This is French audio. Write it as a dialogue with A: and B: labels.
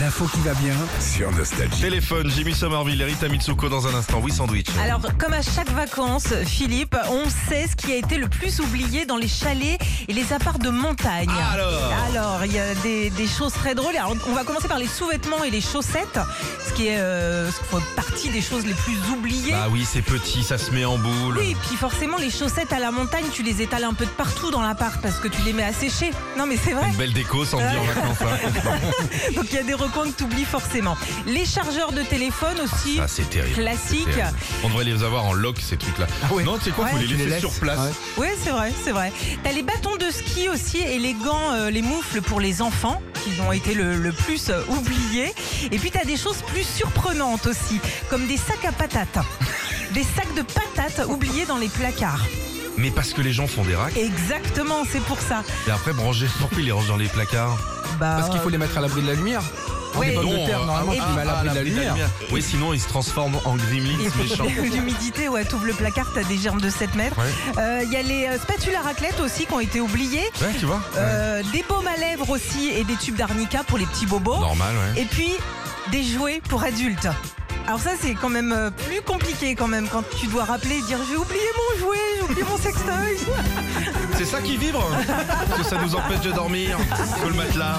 A: L'info qui va bien sur Nostalgie.
B: Téléphone, Jimmy Somerville et Rita Mitsuko dans un instant. Oui, sandwich.
C: Alors, comme à chaque vacances, Philippe, on sait ce qui a été le plus oublié dans les chalets et les apparts de montagne.
B: Alors
C: Alors, il y a des, des choses très drôles. Alors, on va commencer par les sous-vêtements et les chaussettes, ce qui est euh, ce qui fait partie des choses les plus oubliées.
B: Ah oui, c'est petit, ça se met en boule.
C: oui, et puis forcément, les chaussettes à la montagne, tu les étales un peu de partout dans l'appart parce que tu les mets à sécher. Non, mais c'est vrai.
B: Une belle déco, sans dire maintenant hein. ça.
C: Donc, il y a des recoins que tu oublies forcément. Les chargeurs de téléphone aussi.
B: Ah, c'est terrible.
C: Classique.
B: C'est terrible. On devrait les avoir en lock, ces trucs-là. Non, tu sais quoi,
C: Ouais.
B: faut les
C: Tu
B: laisser sur place.
C: Oui, c'est vrai, c'est vrai. T'as les bâtons de ski aussi et les gants, euh, les moufles pour les enfants qui ont été le, le plus euh, oubliés. Et puis t'as des choses plus surprenantes aussi, comme des sacs à patates. Des sacs de patates oubliés dans les placards.
B: Mais parce que les gens font des racks.
C: Exactement, c'est pour ça.
B: Et après, brancher. Pourquoi ils les rangent dans les placards
C: Bah,
D: Parce qu'il faut les mettre à l'abri de la lumière.
C: Oui.
D: Les pommes de
B: Non,
D: terre,
B: euh,
D: normalement,
B: ah,
D: tu les mets à
B: ah,
D: l'abri de la
B: l'abri de la
D: lumière.
B: lumière. Oui, sinon ils se transforment en gremlins méchants.
C: euh, l'humidité, ouais, t'ouvres le placard, t'as des germes de 7 mètres.
B: Ouais.
C: Il y a les euh, spatules à raclette aussi qui ont été oubliées.
B: Ouais, tu vois
C: Euh, des baumes à lèvres aussi et des tubes d'arnica pour les petits bobos.
B: Normal, ouais.
C: Et puis, des jouets pour adultes. Alors ça, c'est quand même euh, plus compliqué quand même, quand tu dois rappeler et dire j'ai oublié mon jouet, j'ai oublié mon sextoy.
B: C'est ça qui vibre Parce que ça nous empêche de dormir. Que le matelas.